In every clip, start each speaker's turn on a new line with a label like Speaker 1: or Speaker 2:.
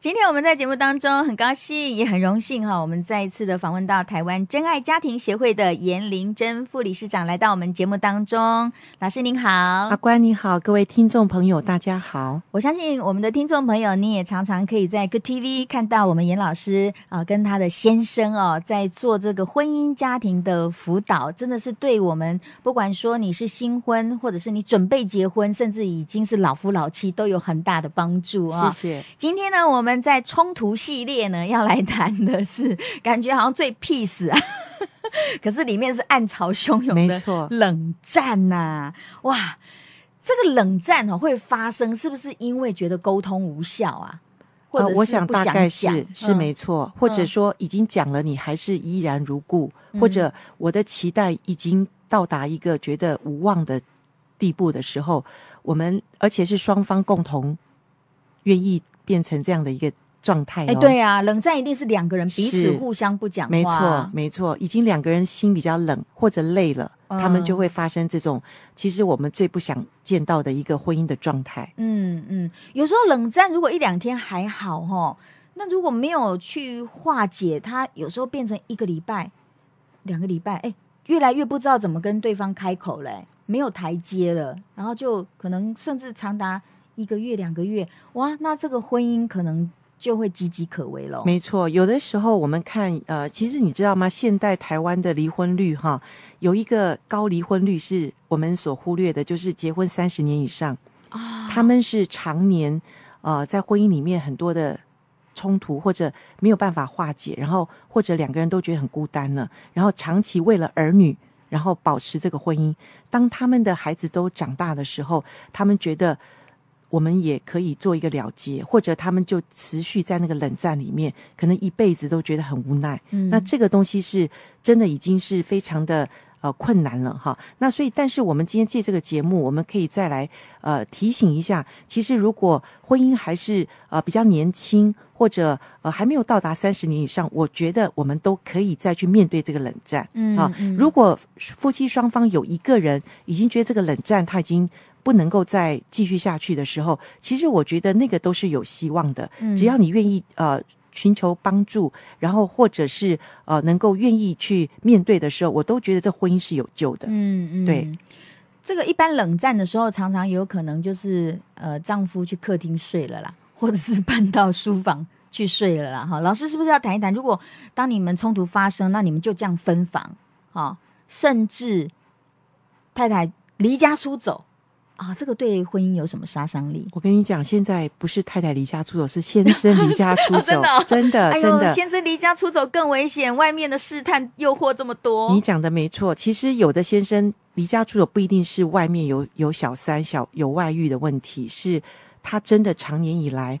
Speaker 1: 今天我们在节目当中很高兴，也很荣幸哈，我们再一次的访问到台湾真爱家庭协会的严玲珍副理事长来到我们节目当中。老师您好
Speaker 2: 法，官你好，各位听众朋友大家好。
Speaker 1: 我相信我们的听众朋友，你也常常可以在 Good TV 看到我们严老师啊、跟他的先生哦，在做这个婚姻家庭的辅导，真的是对我们不管说你是新婚，或者是你准备结婚，甚至已经是老夫老妻，都有很大的帮助啊、
Speaker 2: 谢谢，
Speaker 1: 今天呢，我们在冲突系列呢要来谈的是， 感觉好像最 peace 啊， 可是里面是暗潮汹涌
Speaker 2: 没
Speaker 1: 的
Speaker 2: 错，
Speaker 1: 冷战呐、哇！这个冷战哦会发生，是不是因为觉得沟通无效啊？或者
Speaker 2: 呃，
Speaker 1: 是
Speaker 2: 我想
Speaker 1: 不
Speaker 2: 大概是
Speaker 1: 讲
Speaker 2: 是
Speaker 1: 嗯嗯
Speaker 2: 没错，或者说已经讲了，你还是依然如故，或者我的期待已经到达一个觉得无望的地步的时候，我们而且是双方共同愿意变成这样的一个状态、哦。
Speaker 1: 哎，对啊，冷战一定是两个人彼
Speaker 2: 是
Speaker 1: 此互相不讲话，啊
Speaker 2: 没错，没错，已经两个人心比较冷或者累了，他们就
Speaker 1: 嗯
Speaker 2: 会发生这种其实我们最不想见到的一个婚姻的状态。
Speaker 1: 嗯嗯，有时候冷战如果一两天还好哈，那如果没有去化解，它有时候变成一个礼拜、两个礼拜，哎，越来越不知道怎么跟对方开口嘞、没有台阶了，然后就可能甚至长达一个月、两个月，哇，那这个婚姻可能就会岌岌可危喽。
Speaker 2: 没错，有的时候我们看，呃，其实你知道吗？现代台湾的离婚率哈，有一个高离婚率是我们所忽略的，就是结婚三十年以上，
Speaker 1: 啊，
Speaker 2: 他们是常年呃在婚姻里面很多的冲突或者没有办法化解，然后或者两个人都觉得很孤单了，然后长期为了儿女。然后保持这个婚姻。当他们的孩子都长大的时候，他们觉得我们也可以做一个了结，或者他们就持续在那个冷战里面，可能一辈子都觉得很无奈。
Speaker 1: 嗯
Speaker 2: 那这个东西是真的已经是非常的呃困难了哈。那所以，但是我们今天借这个节目，我们可以再来呃提醒一下，其实如果婚姻还是呃比较年轻。或者呃还没有到达三十年以上，我觉得我们都可以再去面对这个冷战。
Speaker 1: 嗯
Speaker 2: 啊，
Speaker 1: 嗯
Speaker 2: 如果夫妻双方有一个人已经觉得这个冷战他已经不能够再继续下去的时候，其实我觉得那个都是有希望的，
Speaker 1: 嗯
Speaker 2: 只要你愿意呃。寻求帮助，然后或者是呃能够愿意去面对的时候，我都觉得这婚姻是有救的。
Speaker 1: 嗯嗯，
Speaker 2: 对。
Speaker 1: 这个一般冷战的时候，常常有可能就是呃，丈夫去客厅睡了啦， 或者是搬到书房去睡了啦。哈，老师是不是要谈一谈？如果当你们冲突发生，那你们就这样分房啊、甚至太太离家出走啊，这个对婚姻有什么杀伤力？
Speaker 2: 我跟你讲，现在不是太太离家出走，是先生离家出
Speaker 1: 真
Speaker 2: 走
Speaker 1: 的哦，
Speaker 2: 真的，
Speaker 1: 哎
Speaker 2: 呃真的
Speaker 1: 呦，。先生离家出走更危险，外面的试探诱惑这么
Speaker 2: 你
Speaker 1: 多。
Speaker 2: 讲的没错，其实有的先生离家出走不一定是外面有有小三、小有外遇的问题，是他真的常年以来，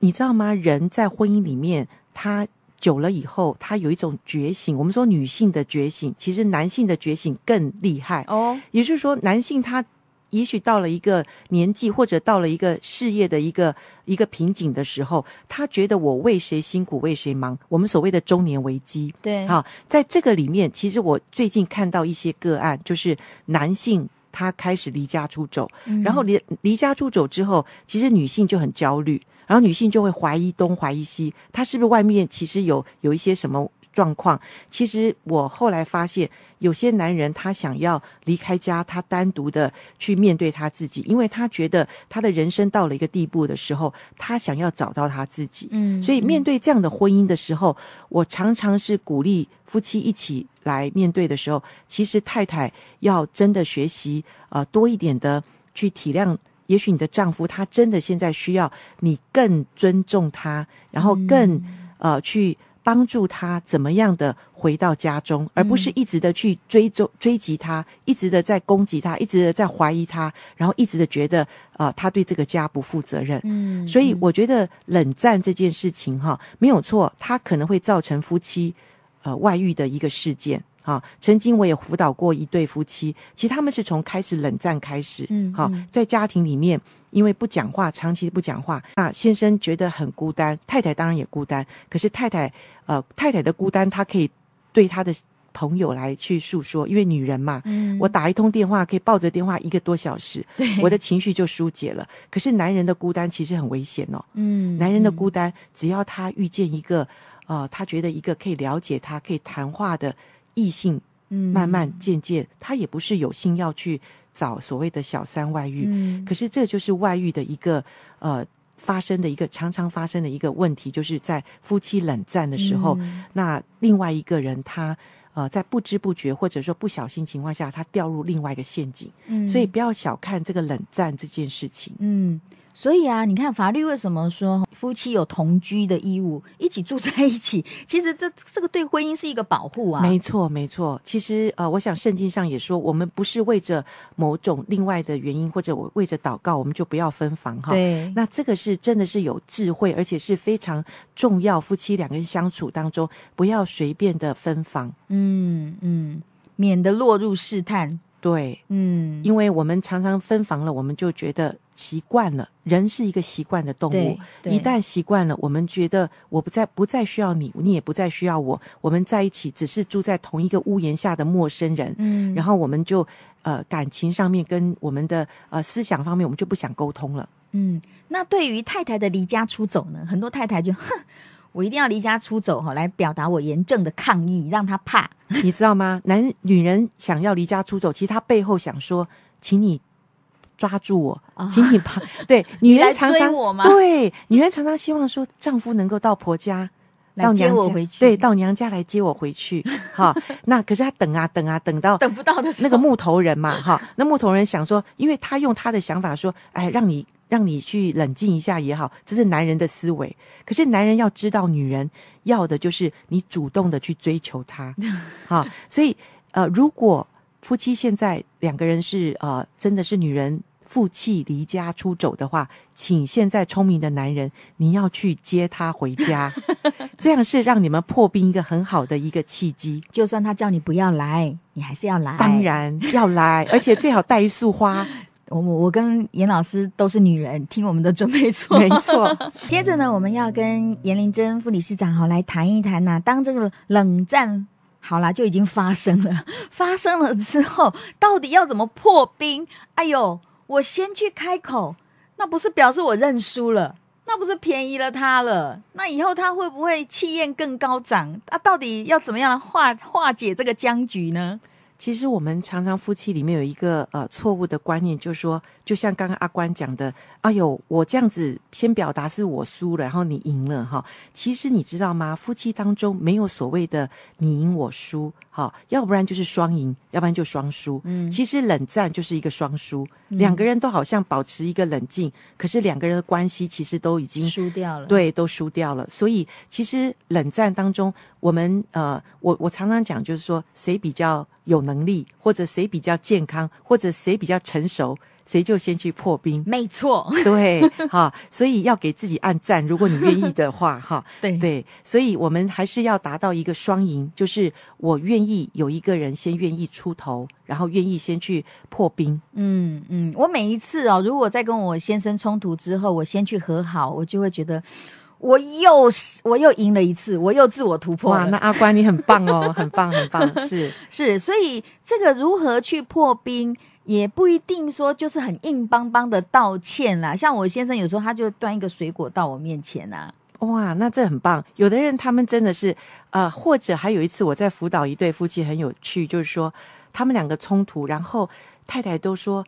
Speaker 2: 你知道吗？人在婚姻里面，他久了以后，他有一种觉醒。我们说女性的觉醒，其实男性的觉醒更厉害。
Speaker 1: 哦，
Speaker 2: 也就是说，男性他也许到了一个年纪，或者到了一个事业的一个一个瓶颈的时候，他觉得我为谁辛苦为谁忙，我们所谓的中年危机。
Speaker 1: 对，
Speaker 2: 好，在这个里面，其实我最近看到一些个案，就是男性他开始离家出走，
Speaker 1: 嗯
Speaker 2: 然后离离家出走之后，其实女性就很焦虑，然后女性就会怀疑东怀疑西，她是不是外面其实有有一些什么状况？其实我后来发现，有些男人他想要离开家，他单独的去面对他自己，因为他觉得他的人生到了一个地步的时候，他想要找到他自己。
Speaker 1: 嗯
Speaker 2: 所以面
Speaker 1: 嗯
Speaker 2: 对这样的婚姻的时候，我常常是鼓励夫妻一起来面对的时候，其实太太要真的学习呃多一点的去体谅。也许你的丈夫他真的现在需要你更尊重他，然后更、呃去帮助他怎么样的回到家中，而不是一直的去追踪追击他，一直的在攻击他，一直的在怀疑他，然后一直的觉得呃他对这个家不负责任。
Speaker 1: 嗯
Speaker 2: 所以我觉得冷战这件事情哈，没有错，它可能会造成夫妻呃外遇的一个事件，啊，曾经我也辅导过一对夫妻，其实他们是从开始冷战开始，
Speaker 1: 嗯
Speaker 2: 好、
Speaker 1: 嗯
Speaker 2: 在家庭里面因为不讲话，长期不讲话，那先生觉得很孤单，太太当然也孤单，可是太太呃太太的孤单，她可以对她的朋友来去诉说，因为女人嘛，
Speaker 1: 嗯
Speaker 2: 我打一通电话可以抱着电话一个多小时，
Speaker 1: 对
Speaker 2: 我的情绪就疏解了。可是男人的孤单其实很危险哦，
Speaker 1: 嗯
Speaker 2: 男人的
Speaker 1: 嗯
Speaker 2: 孤单，只要他遇见一个呃，他觉得一个可以了解他、可以谈话的异性，
Speaker 1: 嗯
Speaker 2: 慢慢渐渐，他也不是有心要去找所谓的小三外遇，
Speaker 1: 嗯
Speaker 2: 可是这就是外遇的一个呃发生的一个常常发生的一个问题，就是在夫妻冷战的时候，
Speaker 1: 嗯
Speaker 2: 那另外一个人他呃在不知不觉或者说不小心情况下，他掉入另外一个陷阱，
Speaker 1: 嗯
Speaker 2: 所以不要小看这个冷战这件事情。
Speaker 1: 嗯，所以啊，你看法律为什么说夫妻有同居的义务，一起住在一起？ 其实这这个对婚姻是一个保护啊。
Speaker 2: 没错，没错。其实呃，我想圣经上也说，我们不是为着某种另外的原因，或者我为着祷告，我们就不要分房哈。
Speaker 1: 对，
Speaker 2: 那这个是真的是有智慧，而且是非常重要。夫妻两个人相处当中，不要随便的分房。
Speaker 1: 嗯嗯，免得落入试探。
Speaker 2: 对，
Speaker 1: 嗯，
Speaker 2: 因为我们常常分房了，我们就觉得习惯了。人是一个习惯的动物
Speaker 1: 对，对
Speaker 2: 一旦习惯了，我们觉得我不再不再需要你，你也不再需要我，我们在一起只是住在同一个屋檐下的陌生人。
Speaker 1: 嗯，
Speaker 2: 然后我们就呃感情上面跟我们的呃思想方面，我们就不想沟通了。
Speaker 1: 嗯，那对于太太的离家出走呢，很多太太就 哼，我一定要离家出走哈，来表达我严正的抗议，让他怕。
Speaker 2: 你知道吗？男女人想要离家出走，其实他背后想说，请你。抓住我
Speaker 1: 啊，
Speaker 2: 请你 把、对女
Speaker 1: 来
Speaker 2: 人常
Speaker 1: 追
Speaker 2: 常
Speaker 1: 我吗
Speaker 2: 对女人常常希望说丈夫能够到婆家，
Speaker 1: 来
Speaker 2: 到
Speaker 1: 接
Speaker 2: 娘
Speaker 1: 我
Speaker 2: 家
Speaker 1: 回去
Speaker 2: 对，到娘家来接我回去哈。 那可是他等啊等啊等到
Speaker 1: 等不到的时候，
Speaker 2: 那个木头人嘛，哈，那木头人想说，因为他用他的想法说，哎，让你让你去冷静一下也好，这是男人的思维。可是男人要知道，女人要的就是你主动的去追求她，哈，所以呃，如果夫妻现在两个人是呃，真的是女人。负气离家出走的话，请现在聪明的男人，你要去接她回家，这样是让你们破冰一个很好的一个契机。
Speaker 1: 就算他叫你不要来，你还是要来。
Speaker 2: 当，然要来，而且最好带一束花。
Speaker 1: 我我我跟严老师都是女人，听我们的准 没错。
Speaker 2: 没错，
Speaker 1: 接着呢，我们要跟严玲珍副理事长好来谈一谈呐、当这个冷战好啦就已经发生了，发生了之后，到底要怎么破冰？哎呦，我先去开口，那不是表示我认输了？那不是便宜了他了？那以后他会不会气焰更高涨？啊，到底要怎么样化化解这个僵局呢？
Speaker 2: 其实我们常常夫妻里面有一个呃错误的观念，就是说，就像刚刚阿关讲的，哎呦，我这样子先表达是我输了，然后你赢了哈。其实你知道吗？夫妻当中没有所谓的你赢我输，哈，要不然就是双赢，要不然就双输。
Speaker 1: 嗯
Speaker 2: 其实冷战就是一个双输，两个人都好像保持一个冷静，可是两个人的关系其实都已经
Speaker 1: 输掉了，，。
Speaker 2: 对，都输掉了。所以其实冷战当中，我们呃，我我常常讲，就是说谁比较有能力，或者谁比较健康，或者谁比较成熟，谁就先去破冰
Speaker 1: 没错，
Speaker 2: 对，哈，所以要给自己按赞，如果你愿意的话， 哈，
Speaker 1: 对
Speaker 2: 对，所以我们还是要达到一个双赢，就是我愿意有一个人先愿意出头，然后愿意先去破冰。
Speaker 1: 嗯嗯，我每一次哦，如果在跟我先生冲突之后，我先去和好，我就会觉得我又是我又赢了一次，我又自我突破
Speaker 2: 哇，
Speaker 1: 了。
Speaker 2: 那阿关你很棒哦，很棒，很棒，是。
Speaker 1: 是，所以这个如何去破冰，也不一定说就是很硬邦邦的道歉啦。像我先生有时候他就端一个水果到我面前啊，
Speaker 2: 哇，那这很棒！有的人他们真的是，呃，或者还有一次我在辅导一对夫妻很有趣，就是说他们两个冲突，然后太太都说：“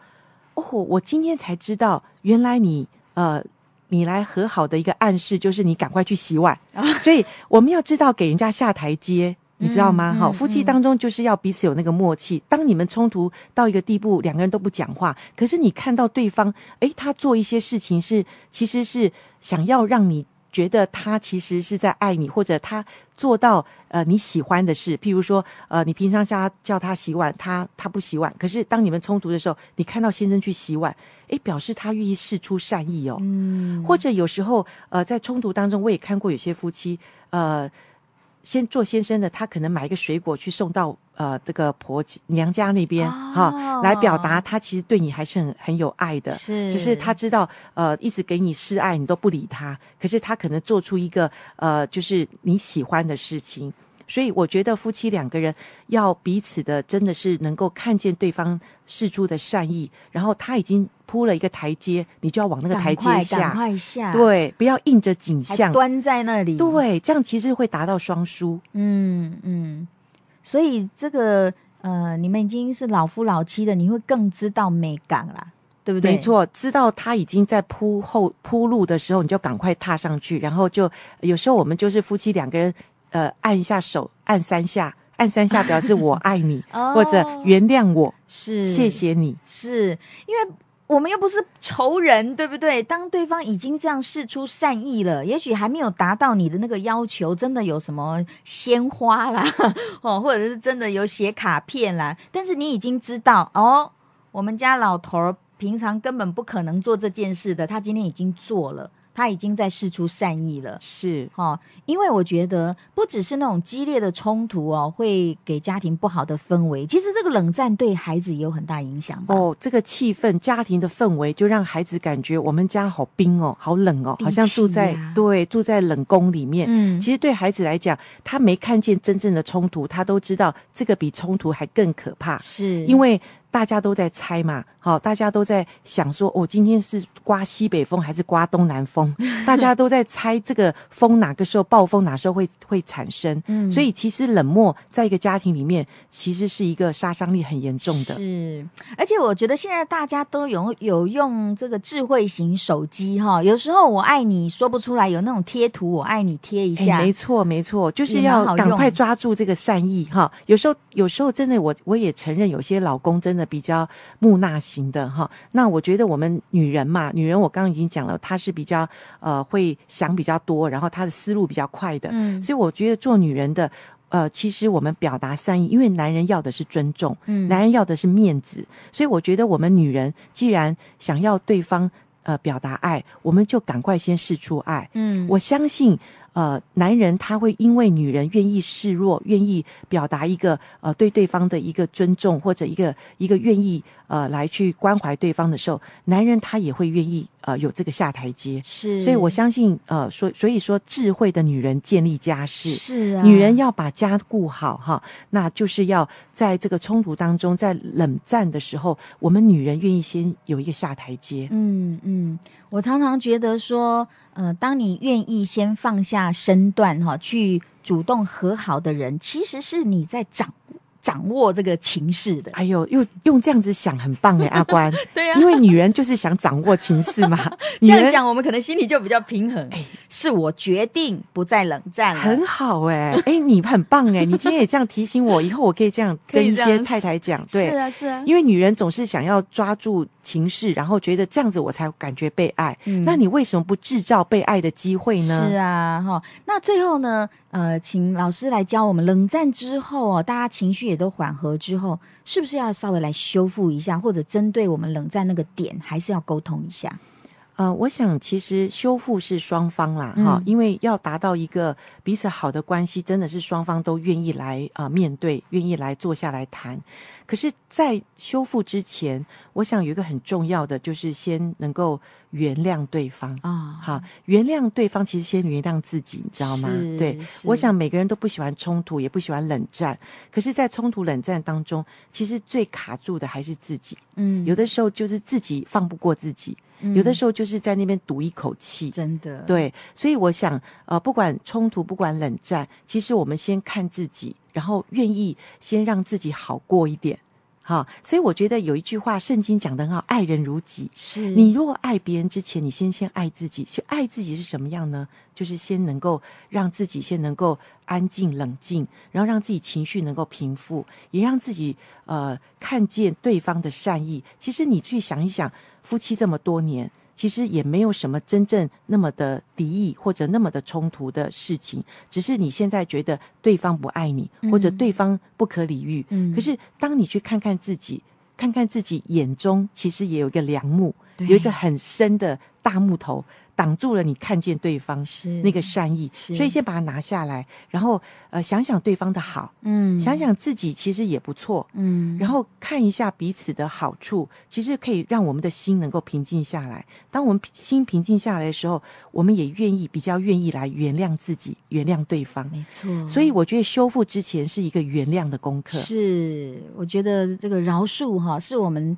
Speaker 2: 哦，我今天才知道，原来你呃，你来和好的一个暗示就是你赶快去洗碗，所以我们要知道给人家下台阶。”你知道吗？
Speaker 1: 嗯
Speaker 2: 哈、
Speaker 1: 嗯
Speaker 2: 夫妻当中就是要彼此有那个默契。当你们冲突到一个地步，两个人都不讲话，可是你看到对方，诶，他做一些事情是其实是想要让你觉得他其实是在爱你，或者他做到呃你喜欢的事，譬如说呃你平常叫他叫他洗碗，他他不洗碗，可是当你们冲突的时候，你看到先生去洗碗，诶，表示他愿意试出善意哦。
Speaker 1: 嗯，
Speaker 2: 或者有时候呃，在冲突当中，我也看过有些夫妻，呃，先做先生的，他可能买一个水果去送到呃这个婆家娘家那边哈、
Speaker 1: 哦
Speaker 2: 来表达他其实对你还是很很有爱的，
Speaker 1: 是
Speaker 2: 只是他知道呃一直给你示爱，你都不理他，可是他可能做出一个呃就是你喜欢的事情。所以我觉得夫妻两个人要彼此的真的是能够看见对方示出的善意，然后他已经铺了一个台阶，你就要往那个台
Speaker 1: 赶
Speaker 2: 阶
Speaker 1: 快赶
Speaker 2: 下，
Speaker 1: 快下，，
Speaker 2: 对，不要硬着景
Speaker 1: 还
Speaker 2: 象，
Speaker 1: 端在那里，，
Speaker 2: 对，这样其实会达到双输。
Speaker 1: 嗯嗯，所以这个呃，你们已经是老夫老妻的，你会更知道美感啦，对不对？，
Speaker 2: 没，错，知道他已经在铺后铺路的时候，你就赶快踏上去，然后就呃有时候我们就是夫妻两个人，呃，按一下手，按三下，按三下表示我爱你
Speaker 1: 哦
Speaker 2: 或者原谅我，
Speaker 1: 是
Speaker 2: 谢谢你。
Speaker 1: 是因为我们又不是仇人，对不对？当对方已经这样示出善意了，也许还没有达到你的那个要求，真的有什么鲜花啦， 哦，或者是真的有写卡片啦，但是你已经知道哦，我们家老头儿平常根本不可能做这件事的，他今天已经做了，他已经在示出善意了。
Speaker 2: 是
Speaker 1: 哦，因为我觉得不只是那种激烈的冲突哦，会给家庭不好的氛围。其实这个冷战对孩子也有很大影响吧。
Speaker 2: 哦，这个气氛、家庭的氛围，就让孩子感觉我们家好冰哦，好冷哦，
Speaker 1: 冰
Speaker 2: 好像住
Speaker 1: 气
Speaker 2: 在
Speaker 1: 呀
Speaker 2: 对住在冷宫里面。
Speaker 1: 嗯，
Speaker 2: 其实对孩子来讲，他没看见真正的冲突，他都知道这个比冲突还更可怕。
Speaker 1: 是
Speaker 2: 因
Speaker 1: 为
Speaker 2: 为大家都在猜嘛，好、大家都在想说，哦，今天是刮西北风还是刮东南 风？大家都在猜这个风哪个时候暴风，哪时候会会产生。
Speaker 1: 嗯
Speaker 2: 所以其实冷漠在一个家庭里面，其实是一个杀伤力很严重的。
Speaker 1: 是，而且我觉得现在大家都有有用这个智慧型手机哈、有时候我爱你说不出来，有那种贴图我爱你贴一下，
Speaker 2: 哎，没错，没错，就是
Speaker 1: 也蛮
Speaker 2: 要
Speaker 1: 好
Speaker 2: 赶快
Speaker 1: 用
Speaker 2: 抓住这个善意哈。有时候，有时候真的我，我也承认，有些老公真的比较木讷型的哈。那我觉得我们女人嘛，女人我刚刚已经讲了，她是比较呃会想比较多，然后她的思路比较快的，
Speaker 1: 嗯
Speaker 2: 所以我觉得做女人的。呃，其实我们表达善意，因为男人要的是尊重，
Speaker 1: 嗯
Speaker 2: 男人要的是面子，所以我觉得我们女人既然想要对方呃表达爱，我们就赶快先试出爱，
Speaker 1: 嗯，
Speaker 2: 我相信，呃，男人他会因为女人愿意示弱，愿意表达一个呃对对方的一个尊重，或者一个一个愿意呃来去关怀对方的时候，男人他也会愿意呃有这个下台阶。
Speaker 1: 是，
Speaker 2: 所以我相信，呃，所所以说，智慧的女人建立家室。
Speaker 1: 是啊，
Speaker 2: 女人要把家顾好哈，那就是要在这个冲突当中，在冷战的时候，我们女人愿意先有一个下台阶。
Speaker 1: 嗯嗯，我常常觉得说，呃，当你愿意先放下身段哈、去主动和好的人，其实是你在掌掌握这个情势的。
Speaker 2: 哎呦，又用这样子想，很棒哎，阿关。
Speaker 1: 对啊呀、
Speaker 2: 因为女人就是想掌握情势嘛，
Speaker 1: 这
Speaker 2: 女
Speaker 1: 样
Speaker 2: 人
Speaker 1: 讲我们可能心里就比较平衡。是我决定不再冷战了。
Speaker 2: 哎很好哎、哎、你很棒哎、你今天也这样提醒我，以后我可以这样
Speaker 1: 可
Speaker 2: 跟
Speaker 1: 以
Speaker 2: 一
Speaker 1: 这样
Speaker 2: 些太太讲，
Speaker 1: 是
Speaker 2: 对。
Speaker 1: 啊，是啊。
Speaker 2: 因为女人总是想要抓住情势，然后觉得这样子我才感觉被爱。
Speaker 1: 嗯
Speaker 2: 那你为什么不制造被爱的机会呢？
Speaker 1: 是啊，哈、那最后呢，呃，请老师来教我们，冷战之后哦，大家情绪也都缓和之后，是不是要稍微来修复一下，或者针对我们冷战那个点，还是要沟通一下？
Speaker 2: 呃，我想其实修复是双方啦，
Speaker 1: 嗯
Speaker 2: 哈、因为要达到一个彼此好的关系，真的是双方都愿意来啊、呃面对，愿意来坐下来谈。可是，在修复之前，我想有一个很重要的，就是先能够原谅对方。
Speaker 1: 啊、
Speaker 2: 好，原谅对方，其实先原谅自己，你知道吗
Speaker 1: 是？
Speaker 2: 对，我想每个人都不喜欢冲突，也不喜欢冷战。可是，在冲突、冷战当中，其实最卡住的还是自己。
Speaker 1: 嗯
Speaker 2: 有的时候就是自己放不过自己，
Speaker 1: 嗯
Speaker 2: 有的时候就是在那边赌一口气。
Speaker 1: 真的，
Speaker 2: 对，所以我想，呃，不管冲突，不管冷战，其实我们先看自己，然后愿意先让自己好过一点，哈。所以我觉得有一句话，圣经讲的很好，爱人如己。
Speaker 1: 是
Speaker 2: 你若爱别人之前，你先先爱自己。去爱自己是什么样呢？就是先能够让自己先能够安静、冷静，然后让自己情绪能够平复，也让自己呃看见对方的善意。其实你去想一想，夫妻这么多年。其实也没有什么真正那么的敌意或者那么的冲突的事情，只是你现在觉得对方不爱你，或者
Speaker 1: 嗯
Speaker 2: 对方不可理喻。
Speaker 1: 嗯
Speaker 2: 可是当你去看看自己，看看自己眼中，其实也有一个梁木，
Speaker 1: 对
Speaker 2: 有一个很深的大木头挡住了你看见对方
Speaker 1: 是
Speaker 2: 那个善意，
Speaker 1: 是
Speaker 2: 所以先把它拿下来，然后呃想想对方的好，
Speaker 1: 嗯
Speaker 2: 想想自己其实也不错，
Speaker 1: 嗯，
Speaker 2: 然后看一下彼此的好处，其实可以让我们的心能够平静下来。当我们心平静下来的时候，我们也愿意比较愿意来原谅自己，原谅对方。
Speaker 1: 没错，
Speaker 2: 所以我觉得修复之前是一个原谅的功课。
Speaker 1: 是，我觉得这个饶恕哈，是我们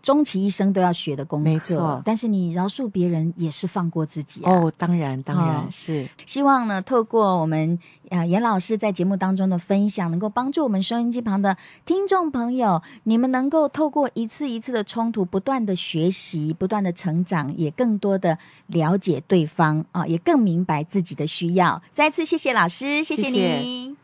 Speaker 1: 终其一生都要学的功课。
Speaker 2: 没错
Speaker 1: 但是你饶恕别人，也是放过自己、啊。
Speaker 2: 哦，当然，当然、
Speaker 1: 哦
Speaker 2: 是。
Speaker 1: 希望呢，透过我们啊、呃严老师在节目当中的分享，能够帮助我们收音机旁的听众朋友，你们能够透过一次一次的冲突，不断的学习，不断的成长，也更多的了解对方啊、也更明白自己的需要。再次谢谢老师，
Speaker 2: 谢
Speaker 1: 谢谢
Speaker 2: 谢
Speaker 1: 您。